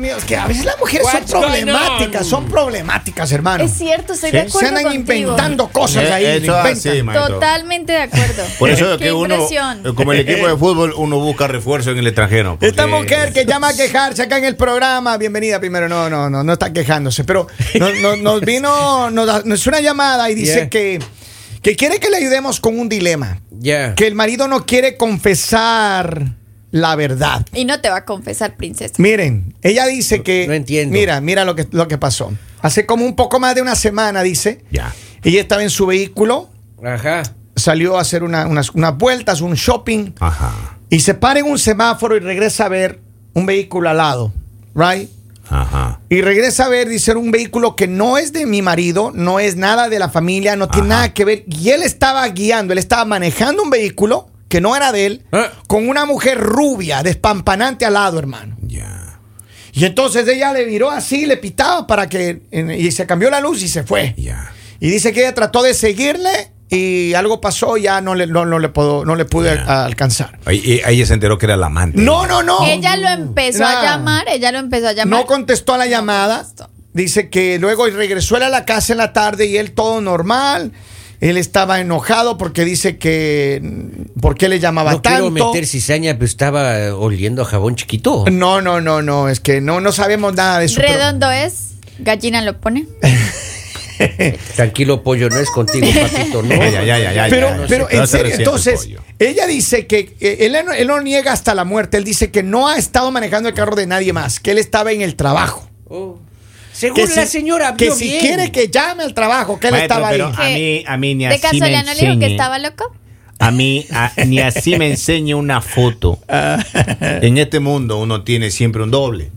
Dios, que a veces las mujeres son What's going problemáticas, on? son problemáticas, hermano. Es cierto, estoy Sí. de Se acuerdo. Se andan contigo. inventando cosas Eh, ahí. eso es inventan. así, maestro. Totalmente de acuerdo. Por eso es Qué que uno, impresión. eh, como el equipo de fútbol, uno busca refuerzo en el extranjero. porque- Esta mujer que llama a quejarse acá en el programa, bienvenida primero, no, no, no, no está quejándose, pero no- no- nos vino, nos, da- nos hizo una llamada y dice Yeah. que, que quiere que le ayudemos con un dilema, Yeah. que el marido no quiere confesar la verdad. Y no te va a confesar, princesa. Miren, ella dice que. no entiendo. Mira, mira lo que, lo que pasó. Hace como un poco más de una semana, dice. Ya. Ella estaba en su vehículo, Ajá. salió a hacer una- unas, unas vueltas, un shopping, Ajá. y se para en un semáforo y regresa a ver un vehículo al lado, ¿right? Ajá. Y regresa a ver, dice, un vehículo que no es de mi marido, no es nada de la familia, no tiene Ajá. nada que ver. Y él estaba guiando, él estaba manejando un vehículo que no era de él, Ah. con una mujer rubia, despampanante al lado, hermano. Ya. Y entonces ella le viró así, le pitaba para que. en- Y se cambió la luz y se fue. Ya. Y dice que ella trató de seguirle y algo pasó, ya no le, no, no le, pudo, no le pude Ya. a- alcanzar. Ahí, y- ahí ella se enteró que era la amante. No, no, no. Ella lo empezó Nah. a llamar, ella lo empezó a llamar. No contestó a la llamada. Dice que luego regresó él a la casa en la tarde y él todo normal. Él estaba enojado porque dice que. ¿Por qué le llamaba No tanto? quiero meter cizaña, pero estaba eh, oliendo a jabón chiquito. No, no, no, no. Es que no, no sabemos nada de eso. pero- Redondo es, gallina lo pone. Tranquilo, pollo, no es contigo, papito. No, Ya, ya, ya, ya, ya, pero, ya, no pero se en trata de serio, siempre entonces, pollo. ella dice que eh, él, no- él no niega hasta la muerte. Él dice que no ha estado manejando el carro de nadie más, que él estaba en el trabajo. Oh. Según Que la si- señora, que vio si bien. quiere que llame al trabajo, que él Maestro, estaba pero ahí. A mí- a mí ni ¿De así me casualidad no le dijo que enseñe. estaba loco? A mí a- ni así me enseña una foto. Ah. En este mundo uno tiene siempre un doble.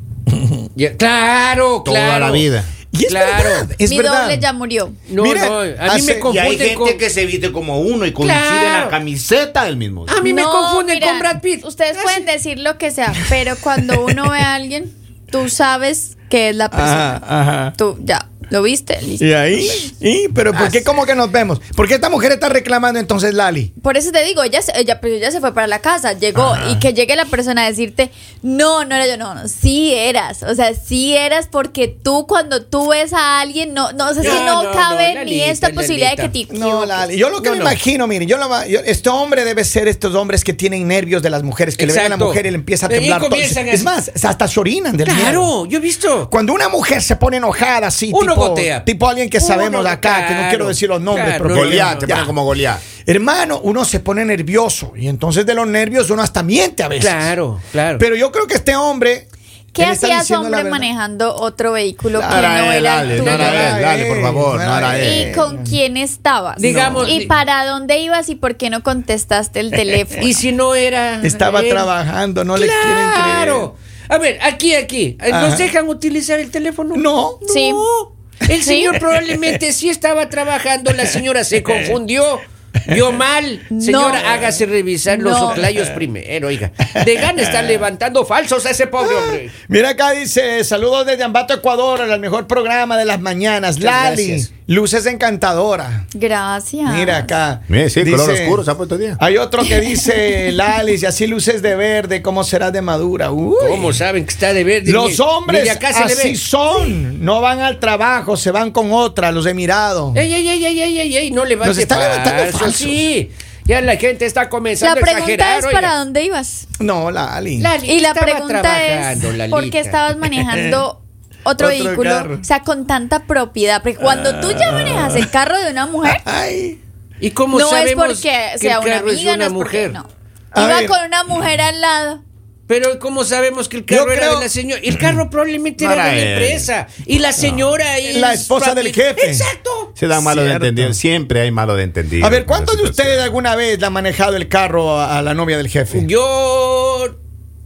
Ya- claro, claro. Toda la vida. Y es claro. verdad, es Mi verdad. doble ya murió. No, Mira, no, a mí hace- Y me hay confunden gente con... que se viste como uno y coincide en Claro. la camiseta del mismo. Ah, A mí me No, confunden mira, con Brad Pitt. Ustedes pueden decir lo que sea, pero cuando uno ve a alguien, tú sabes que es la persona. Ajá, ajá. Tú ya, ¿lo viste? Listo. Y ahí, y, pero ¿por Ah, qué como que nos vemos? ¿Por qué esta mujer está reclamando entonces, Lali? Por eso te digo, ella se, ella, pues, ella se fue para la casa, llegó y que llegue la persona a decirte, no, no era yo, no, no, sí eras, o sea, sí eras porque tú cuando tú ves a alguien, no, no, o sea, es que no, No, no, cabe no, ni Lalita, esta posibilidad de que te Lalita. No, equivoques. Lali. Yo lo que No, me no. imagino, mire, yo, lo- yo- este hombre debe ser estos hombres que tienen nervios de las mujeres, que le ven a la Exacto. mujer y le empieza a Ahí temblar. todo. comienzan Es a- más, hasta se orinan del miedo. Claro, yo he visto. Cuando una mujer se pone enojada así, Uno tipo, gotea. tipo alguien que Uno, sabemos de acá, que no claro, quiero decir los nombres, claro, pero no, Goliat, no, te ya. ponen como Goliat. hermano, uno se pone nervioso y entonces de los nervios uno hasta miente a veces. Claro, claro. Pero yo creo que este hombre. ¿Qué él está hacía ese diciendo la hombre verdad. manejando otro vehículo No que no era él, era dale, tú? no era él, dale, por favor, no era ¿Y él. con quién estabas? Digamos- ¿Y para dónde ibas y por qué no contestaste el teléfono? Y si no era... Estaba él? trabajando, no le quieren creer. Claro. A ver, aquí, aquí. Eh, Ajá. ¿Nos dejan utilizar el teléfono? No. Sí. No. El señor probablemente sí estaba trabajando, la señora se confundió. Vio mal, señora, No. hágase revisar los No. oclayos primero, oiga. De gana está levantando falsos a ese pobre hombre. Mira acá dice, saludos desde Ambato, Ecuador, al mejor programa de las mañanas. Muchas Lali, gracias. luces encantadora. Gracias. Ah. Mira acá. Mira, sí, color oscuro se ha puesto el día. Hay otro que dice, Lali, y así luces de verde, ¿cómo serás de madura? Uy. ¿Cómo saben que está de verde? Ni- Los ni hombres de acá se le así ve. son, no van al trabajo, se van con otra, los he mirado. Ey, ey, ey, ey, ey, ey, ey, no le va Nos está levantando falsos. Sí, ya la gente está La comenzando a pregunta exagerar. es oiga. para dónde ibas. No, Lali. Lali, Y la estaba pregunta es trabajando, Lalita. por qué estabas manejando otro, Otro vehículo, carro. o sea, con tanta propiedad. Porque cuando tú Ah. ya manejas el carro de una mujer, Ay. ¿Y cómo no es Ah, pues sabemos porque que sea el una carro es de amiga, una no es porque mujer? no. A Iba ver. con una mujer al lado. Pero ¿cómo sabemos que el carro Yo era creo- de la señora? El carro probablemente No era de era la él. empresa. Y la señora es... La esposa del jefe. ¡Exacto! Se dan malos de Cierto. entendido. Siempre hay malos de entendido. A ver, con la ¿cuántos de situación. ustedes alguna vez le han manejado el carro a, a la novia del jefe? Yo...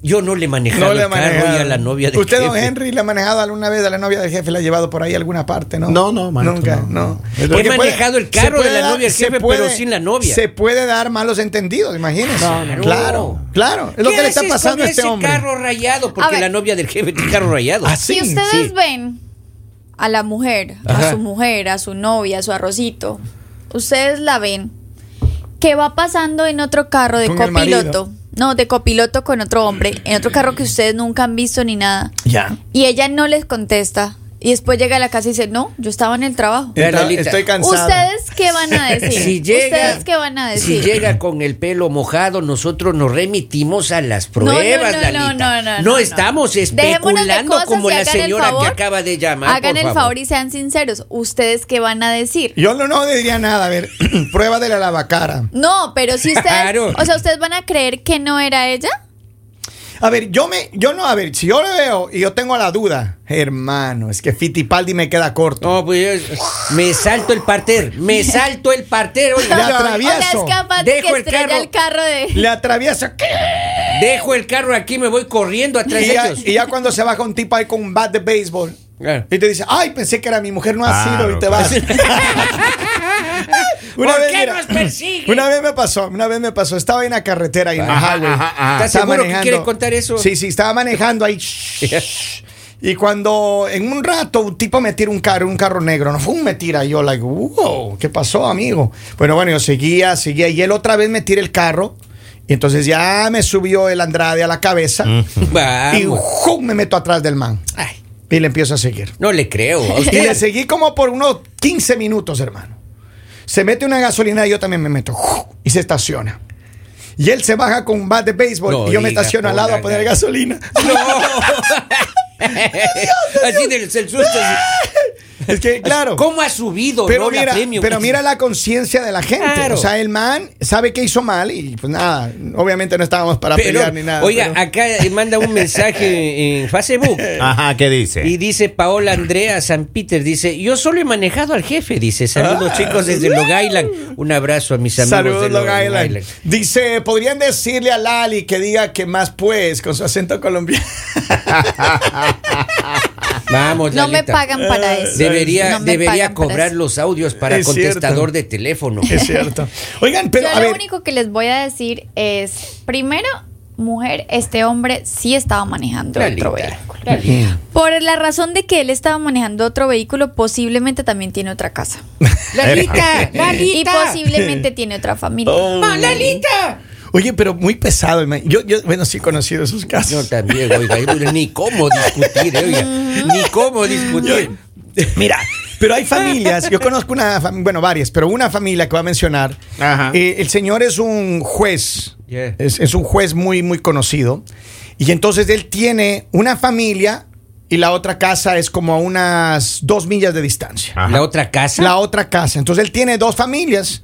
Yo no le manejaba ha el carro y a la novia del ¿Usted, don jefe. Henry, le ha manejado alguna vez a la novia del jefe? ¿La ha llevado por ahí a alguna parte? No, No, no, maestro, Nunca, no. no. Porque He manejado el carro se puede de la dar- novia del se jefe, pero sin la novia. Se puede dar malos entendidos, imagínese. no. Claro, claro. Es lo ¿Qué que le está haces pasando con a este ese hombre. carro rayado? A Porque ver. la novia del jefe tiene carro rayado. Así. Si Sí, ustedes Ah, sí. ven a la mujer, a Ajá. su mujer, a su novia, a su arrocito, ustedes la ven, que va pasando en otro carro de Con el marido. copiloto? No, de copiloto con otro hombre, en otro carro que ustedes nunca han visto ni nada. Ya. Y ella no les contesta. Y después llega a la casa y dice, no, yo estaba en el trabajo. Eh, Está- Carlita, estoy cansada. ¿Ustedes qué van a decir? Si llega, ¿Ustedes qué van a decir? Si llega con el pelo mojado, nosotros nos remitimos a las No, no, pruebas, no, no, Lalita. no, no, No no. estamos Dejémonos de especulando cosas como y la hagan el señora favor. que acaba de llamar. Hagan por el favor. favor y sean sinceros. ¿Ustedes qué van a decir? Yo no, no diría nada. A ver, prueba de la lavacara. No, pero si ustedes, Claro. o sea, ustedes van a creer que no era ella. A ver, yo me, yo no, a ver, si yo le veo y yo tengo la duda, hermano, es que Fittipaldi me queda corto. No, pues yo- me salto el parter, me salto el parter. oiga. Le O sea, atravieso. es capaz de Dejo que el estrella carro. el carro de. Le atraviesa ¿qué? Dejo el carro aquí, me voy corriendo atrás Y de ya, ellos. y ya cuando se baja un tipo ahí con un bat de béisbol Claro. y te dice, ay, pensé que era mi mujer, no ha sido, Claro, y te vas. ¿Por qué nos persigue? una vez me pasó, una vez me pasó, estaba en la carretera y en la Ajá, highway. ajá, ajá. ¿Estás Estaba seguro manejando. que quieres contar eso? Sí, sí, estaba manejando ahí. Y cuando en un rato un tipo me tira un carro, un carro negro, no fue un me tira yo, like, wow, ¿qué pasó, amigo? Bueno, bueno, yo seguía, seguía, y él otra vez me tira el carro, y entonces ya me subió el Andrade a la cabeza, Mm. y Vamos. ¡jum! me meto atrás del man, Ay, y le empiezo a seguir. no le creo. a Y le usted. seguí como por unos 15 minutos, hermano. Se mete una gasolina y yo también me meto. Y se estaciona. Y él se baja con un bat de béisbol No y yo me digas, estaciono al lado a poner póngale. gasolina. No. Así del el susto. así. Es que, claro. ¿Cómo ha subido Pero no, la mira, premium? pero mira la conciencia de la gente. Claro. O sea, el man sabe que hizo mal y pues nada, obviamente no estábamos para Pero, pelear ni nada. Oiga, pero- acá manda un mensaje en Facebook. Ajá, ¿qué dice? Y dice Paola Andrea San Peter, dice, yo solo he manejado al jefe, dice, saludos chicos desde Long Island, un abrazo a mis amigos de Ah. Saludos, Long, Long Island. Dice, ¿podrían decirle a Lali que diga que más pues con su acento colombiano? Vamos, No me Lalita. pagan para eso. Debería, No me debería pagan para cobrar eso. los audios para Ah. Es contestador cierto. de teléfono. es cierto. Oigan, pero Yo a lo ver. único que les voy a decir es, primero, mujer, este hombre sí estaba manejando Lalita, otro vehículo. Por la razón de que él estaba manejando otro vehículo, posiblemente también tiene otra casa. Lalita, Y Lalita. posiblemente tiene otra familia. Oh, Ma, Lalita. Oye, pero muy pesado. hermano. Yo, yo, bueno, sí he conocido esos Yo casos. también, oiga, yo ni cómo discutir, eh, oiga, ni cómo discutir. Mira, pero hay familias. Yo conozco una, fam- bueno, varias, pero una familia que voy a mencionar. Ajá. Eh, el señor es un juez. Yeah. Es, es un juez muy, muy conocido. Y entonces él tiene una familia y la otra casa es como a unas dos millas de distancia. Ah. Ajá. La otra casa. La otra casa. Entonces él tiene dos familias.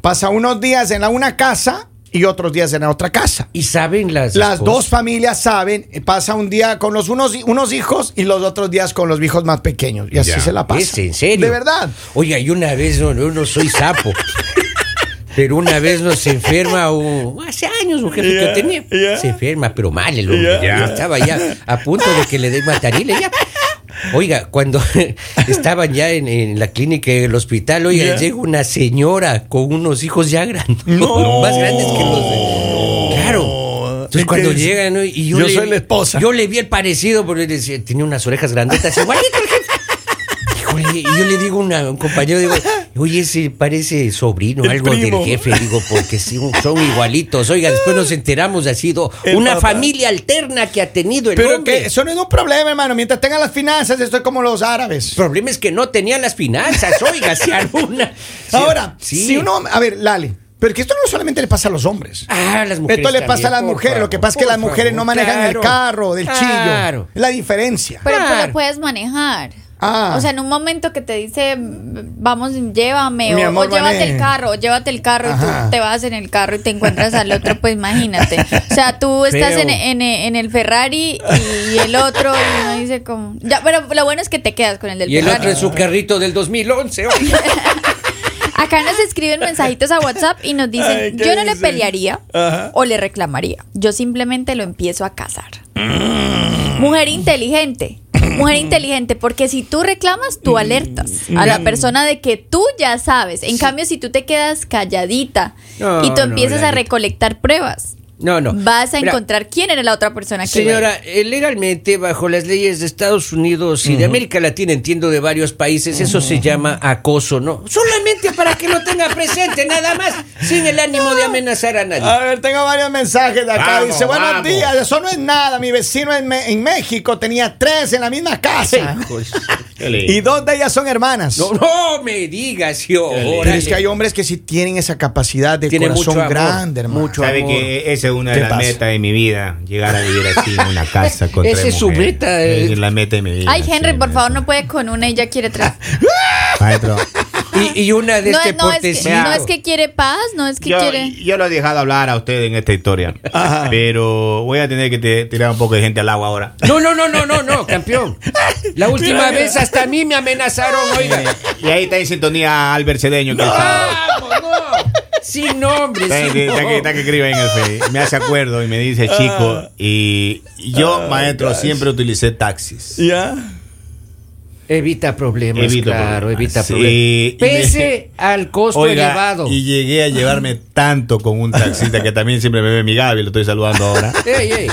Pasa unos días en la una casa y otros días en la otra casa. y saben las Las esposas? dos familias saben, eh, pasa un día con los unos, unos hijos y los otros días con los hijos más pequeños. Y así Ya. se la pasa. ¿Es en serio? De verdad. Oiga, y una vez, no, no, no soy sapo, pero una vez nos enferma, un- hace años un jefe que tenía, se enferma, pero mal el hombre, Yeah. ya estaba ya a punto de que le den matarile ya. Oiga, cuando estaban ya en, en la clínica, en el hospital, oiga, llega una señora con unos hijos ya grandes, más grandes que los de... Claro. Entonces cuando Entonces, llegan ¿no? y yo, yo le- soy la esposa. Yo le vi el parecido porque decía, tenía unas orejas grandotas, igualito el jefe. Híjole, y yo le digo a un compañero, digo, oye, ese parece sobrino, El algo primo. del jefe, digo, porque sí, son igualitos. Oiga, después nos enteramos ha sido una papá. familia alterna que ha tenido el Pero hombre. que eso no es un problema, hermano. Mientras tengan las finanzas, estoy como los árabes. El problema es que no tenía las finanzas, oiga, si alguna. Sí, Ahora, sí. si uno. A ver, Lale, pero que esto no solamente le pasa a los hombres. Ah, las mujeres Esto le pasa también, a las por mujeres. Lo favor, que pasa es que por las mujeres favor, no manejan claro. el carro, del Claro. chillo. Es la diferencia. Pero, pero Claro. puedes manejar. Ah. O sea, en un momento que te dice, vamos, llévame, Mi o, amor, o llévate maneje. el carro, o llévate el carro, y Ajá. tú te vas en el carro y te encuentras al otro, pues imagínate. O sea, tú estás Feo. en, e, en- en el Ferrari y, el otro, y uno dice como. Ya, pero lo bueno es que te quedas con el del Y el Ferrari. otro en su carrito del 2011, oiga. Acá nos escriben mensajitos a WhatsApp y nos dicen, Ay, ¿qué yo no le dicen? pelearía Ajá. o le reclamaría. Yo simplemente lo empiezo a cazar. Mujer inteligente. Mujer inteligente, porque si tú reclamas, tú alertas a la persona de que tú ya sabes. En cambio, si tú te quedas calladita No, y tú no, empiezas a Lalita. recolectar pruebas, No, no. Vas a Mira, encontrar quién era la otra persona que lo era. Señora, eh, legalmente, bajo las leyes de Estados Unidos y de América Latina, entiendo de varios países, eso se llama acoso, ¿no? Solamente para que lo tenga presente, nada más, sin el ánimo de amenazar a nadie. A ver, tengo varios mensajes de acá. Vamos, Dice, buenos vamos. días, eso no es nada. Mi vecino en, Me- en México tenía tres en la misma casa. Hijos. y dos de ellas son hermanas. No, no me digas, yo. Pero es que hay hombres que sí tienen esa capacidad de Tiene corazón mucho amor, grande, hermano. mucho Sabe amor. que esa es una ¿Qué de las pasa? metas de mi vida, llegar a vivir así en una casa con Esa tres es su mujeres. meta, eh. Es la meta de mi vida. Ay, Henry, sí, por favor, maestro. no puede con una y ya quiere tres. Maestro, Y, y una de No, este no, es que, portecito. no es que quiere paz, no es que yo, quiere. yo lo he dejado hablar a usted en esta historia. Ajá. Pero voy a tener que te- tirar un poco de gente al agua ahora. No, no, no, no, no, no, campeón. La última vez hasta a mí me amenazaron, oiga. Y ahí está en sintonía Albert Cedeño. Que está, ¡Vamos, no! Sin nombre, está, sin que, está que- está que escribe nombre. en el Face. Me hace acuerdo y me dice Ah. chico. Y yo, maestro, siempre utilicé taxis. ¿Ya? Evita problemas, Evito claro, problemas. evita Sí. problemas. Pese al costo Oiga, elevado. Y llegué a llevarme tanto con un taxista que también siempre me ve mi Gaby, lo estoy saludando ahora. Ey, ey.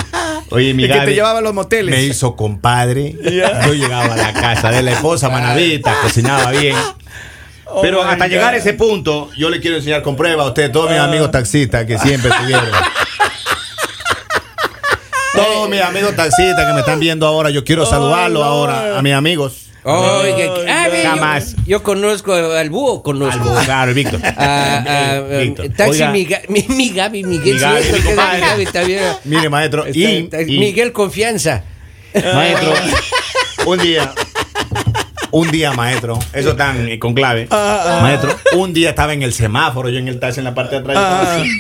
Oye, mi Y que Gaby te llevaba a los moteles. me hizo compadre. Ya. Yo llegaba a la casa de la esposa manadita, cocinaba bien. Pero Oh my hasta God. Ah. llegar a ese punto, yo le quiero enseñar con prueba a ustedes, todos mis amigos taxistas que siempre estuvieron. Todos mis amigos taxistas que me están viendo ahora, yo Oh quiero saludarlos ahora a mis amigos. Oiga, que- ah, ve, yo- Jamás. Yo, conozco al búho, Al conozco. abogado, Víctor. A- a- a- um, Víctor. Ah, taxi Oiga, mi, Ga- mi, mi Gaby Miguel. Mi Gaby, sí, mi porque es compadre. Gaby también. Mire, maestro. Ah, Está- y- está- y- Miguel Confianza. Maestro, un día, un día, maestro, eso tan eh, con clave. Ah, Maestro, un día estaba en el semáforo, yo en el taxi en la parte de atrás. Ah. estaba así.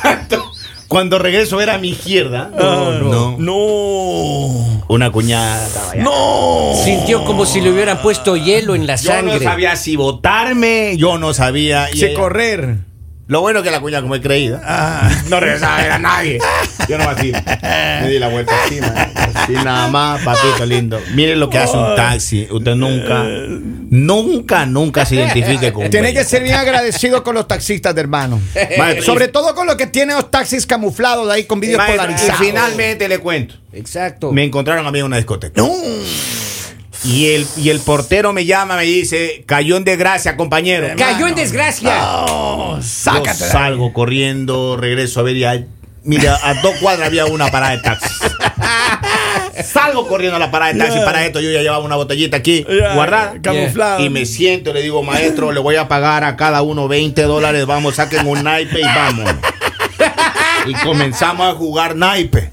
Cuando- Cuando regreso era a mi izquierda. No, no. Ah, No. Una cuñada estaba allá. No. Sintió como si le hubieran puesto hielo en la Yo sangre. no sabía si votarme, yo no sabía. y Se ella- correr. Lo bueno que la cuñada, como es creída, Ah. no regresaba a ver a nadie. Yo no así. Me di la vuelta así, maestro. Así nada más, papito lindo. Mire lo que hace un taxi. Usted nunca, nunca, nunca se identifique con un Tiene que vehículo. ser bien agradecido con los taxistas de hermano. Maestro, Sobre y- todo con los que tienen los taxis camuflados ahí con vídeos maestro, polarizados. Y finalmente le cuento. Exacto. Me encontraron a mí en una discoteca. Y el, y el portero me llama, me dice, cayó en desgracia, compañero. Cayó en desgracia. Oh, Yo sácate. salgo corriendo, regreso a ver y hay- mira, a dos cuadras había una parada de taxi. Salgo corriendo a la parada de taxi. Para esto yo ya llevaba una botellita aquí guardada. Camuflado. Y me siento, le digo, maestro, le voy a pagar a cada uno 20 dólares. Vamos, saquen un naipe y vamos. Y comenzamos a jugar naipe.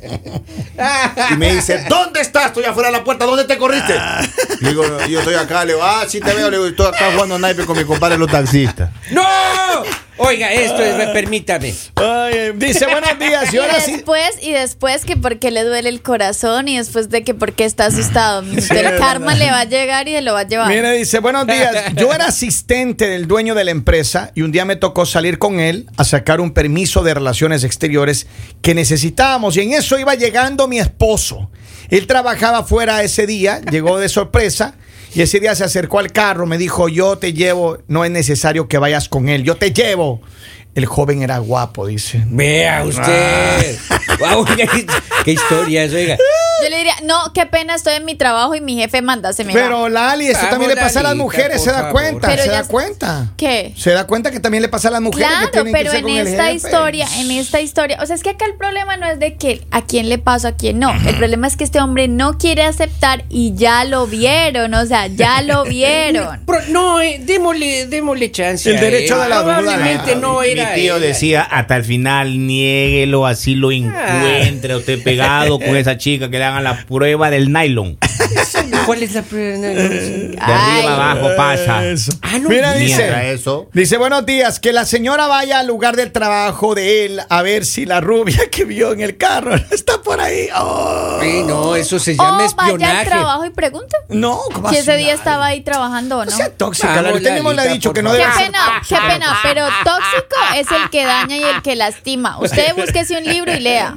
Y me dice, ¿dónde estás? Estoy afuera de la puerta, ¿dónde te corriste? Ah. Le digo, yo estoy acá, le digo, ah, sí te veo, le digo, estoy acá jugando naipe con mi compadre los taxistas. ¡No! Oiga, esto es, permítame. Ay, eh, dice buenos días. Y Y ahora sí. después, y después que porque le duele el corazón y después de que porque está asustado. el karma le va a llegar y lo va a llevar. Mira, dice, buenos días. Yo era asistente del dueño de la empresa y un día me tocó salir con él a sacar un permiso de relaciones exteriores que necesitábamos. Y en eso iba llegando mi esposo. Él trabajaba fuera ese día, llegó de sorpresa. Y ese día se acercó al carro, me dijo, yo te llevo, no es necesario que vayas con él, yo te llevo. El joven era guapo, dice. Ah. Vea usted. Guau, oiga, qué, qué historias, oiga. Yo le diría, no, qué pena, estoy en mi trabajo y mi jefe manda, se me va". Pero Lali, esto Vamos, también le pasa a las Lalita, mujeres, por se da favor. cuenta, Pero se ya da es- cuenta. ¿Qué? Se da cuenta que también le pasa a las mujeres. que Claro, tienen que pero irse en con el esta jefe. historia, en esta historia, o sea, es que acá el problema no es de que a quién le paso, a quién no. El problema es que este hombre no quiere aceptar y ya lo vieron, o sea, ya lo vieron. Pro- no, eh, démosle, démosle chance. El a derecho él. de la duda. Probablemente no era. Ah, Mi tío él. decía, hasta el final, niéguelo, así lo encuentre usted pegado con esa chica que le hagan la prueba del nylon. ¿Cuál es la prueba? No, no sé. De Ay. arriba abajo pasa. Ah, no. Mira, Mientras dice. eso, Dice, buenos días, que la señora vaya al lugar del trabajo de él a ver si la rubia que vio en el carro está por ahí. Oh. Sí, no, eso se O llama Oh, vaya al espionaje. trabajo y pregunte No, ¿cómo si así? ese día estaba ahí trabajando o No no. sea tóxica, Vamos, Lali. Usted mismo le ha Lalita, dicho por que no favor. debe Qué ser. pena, qué pena, pero tóxico es el que daña y el que lastima. Usted búsquese un libro y lea.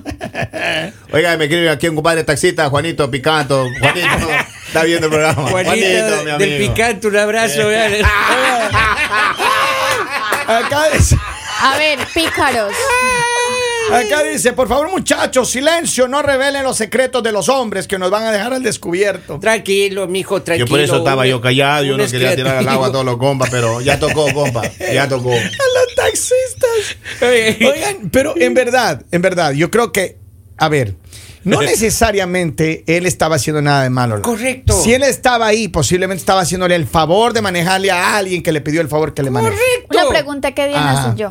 oiga, me escribe aquí un compadre taxista, Juanito Picanto. Juanito, está viendo el programa. Juanito, mi del amigo. Eh. picante, un abrazo. Acá dice- A ver, pícaros. Acá dice, por favor, muchachos, silencio, no revelen los secretos de los hombres que nos van a dejar al descubierto. Tranquilo, mijo, tranquilo. Yo por eso estaba Un- yo callado, yo un no quería tirar al agua a todos los compas, pero ya tocó, compa, ya tocó. A los taxistas. Oigan, pero en verdad, en verdad, yo creo que, a ver, no necesariamente él estaba haciendo nada de malo. Correcto. Si él estaba ahí, posiblemente estaba haciéndole el favor de manejarle a alguien que le pidió el favor que le maneje. Correcto. Una pregunta, ¿qué día Ajá. nací yo?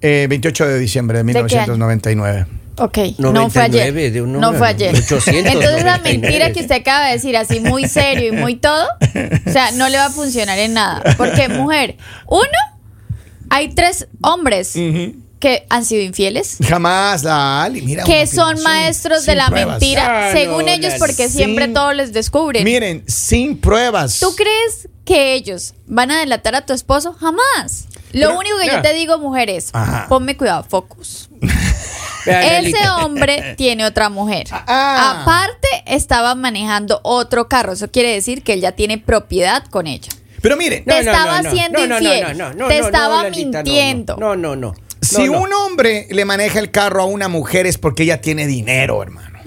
Eh, 28 de diciembre de ¿De qué año? 1999. Ok, no fue ayer. 99 de un no número, fue ayer. 899. Entonces la mentira que usted acaba de decir, así muy serio y muy todo, o sea, no le va a funcionar en nada. Porque, mujer, uno, hay tres hombres que han sido infieles. Jamás la Ali, mira. una Que son afirmación maestros de sin la pruebas. mentira, Ah, según no, ellos, la- porque siempre sin- todo les descubren. Miren, sin pruebas. ¿Tú crees que ellos van a delatar a tu esposo? Jamás. Lo único que yo ya. te digo, mujeres, Ajá. ponme cuidado, focus. Vea, Ese Lalita. hombre tiene otra mujer. Ah. Aparte, estaba manejando otro carro. Eso quiere decir que él ya tiene propiedad con ella. Pero miren, te estaba haciendo no, no, no, infiel. no, no, Te no, no, estaba Lalita, no, no. mintiendo. No, no, no. si No, no. un hombre le maneja el carro a una mujer es porque ella tiene dinero, hermano.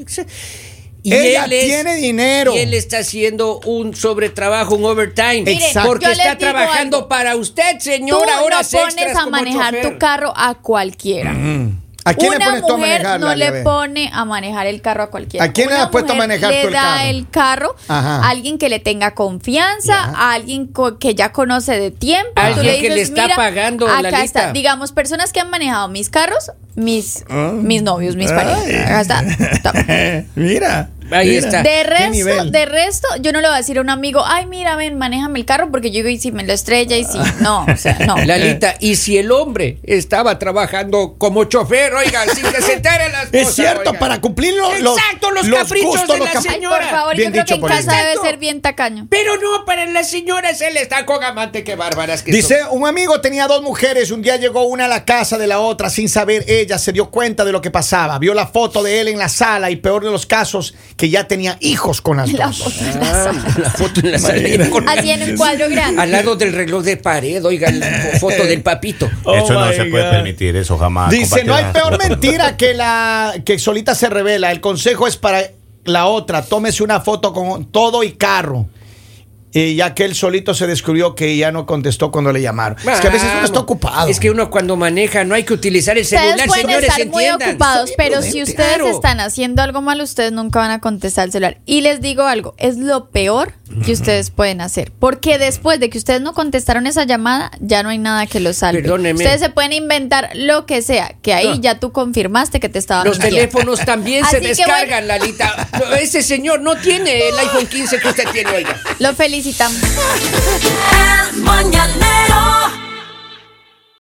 Y ella él es- tiene dinero. Y él está haciendo un sobretrabajo, un overtime. Miren, Exacto. Porque yo les está digo trabajando algo. para usted, Tú señora. no horas pones extras a como Mm. manejar chofer. tu carro a cualquiera. ¿A quién Una le pones tú a mujer manejar? no Lali? A le ver. pone a manejar el carro a cualquiera. ¿A quién le Una has puesto a mujer manejar tú el le da carro? el carro Ajá. a alguien que le tenga confianza, a alguien co- que ya conoce de tiempo. Tú Alguien que le está "Mira, pagando, acá Lalita". está. Digamos, personas que han manejado mis carros, mis, Ah. mis novios, mis ¿Ah? Ay. parejas. Acá está. Toma. Mira. Ahí mira. está. De ¿Qué resto, nivel? de resto, yo no le voy a decir a un amigo, ay, mira, ven, manéjame el carro, porque yo digo, y si me lo estrella, y si no, o sea, no. Lalita, y si el hombre estaba trabajando como chofer, oiga, sin que se enteren las cosas. Es cierto, oiga. para cumplir los, los- Exacto, los caprichos de caprichos. la Ay, por señora. favor, Bien yo creo que dicho, en Paulina. casa debe Exacto. ser bien tacaño. Pero no, para las señoras él está con amante, qué bárbaras que Dice, un amigo tenía dos mujeres, un día llegó una a la casa de la otra sin saber ella, se dio cuenta de lo que pasaba, vio la foto de él en la sala y peor de los casos, que ya tenía hijos con las La dos. foto en son. la Ah, sala. la foto en la sala. Con- Así en un cuadro grande. Al lado del reloj de pared, oiga, la foto del papito. Oh eso no my se puede God. permitir, eso jamás. Dice, compartir no hay las peor fotos". mentira que la que solita se revela. El consejo es para la otra. Tómese una foto con todo y carro. Y ya que él solito se descubrió que ya no contestó cuando le llamaron. es que a veces uno está Vamos. ocupado. Es que uno cuando maneja no hay que utilizar el Ustedes celular, pueden señores, estar muy entiendan. ocupados, pero si Imprudente. ustedes Claro. están haciendo algo mal, ustedes nunca van a contestar el celular. Y les digo algo, es lo peor que ustedes pueden hacer, porque después de que ustedes no contestaron esa llamada, ya no hay nada que los salve. Perdóneme. Ustedes se pueden inventar lo que sea, que ahí No. ya tú confirmaste que te estaban Los mintiendo. teléfonos también se Así que descargan, Lalita. No, Ese señor no tiene el iPhone 15 que usted tiene, oiga. Lo felicitamos. El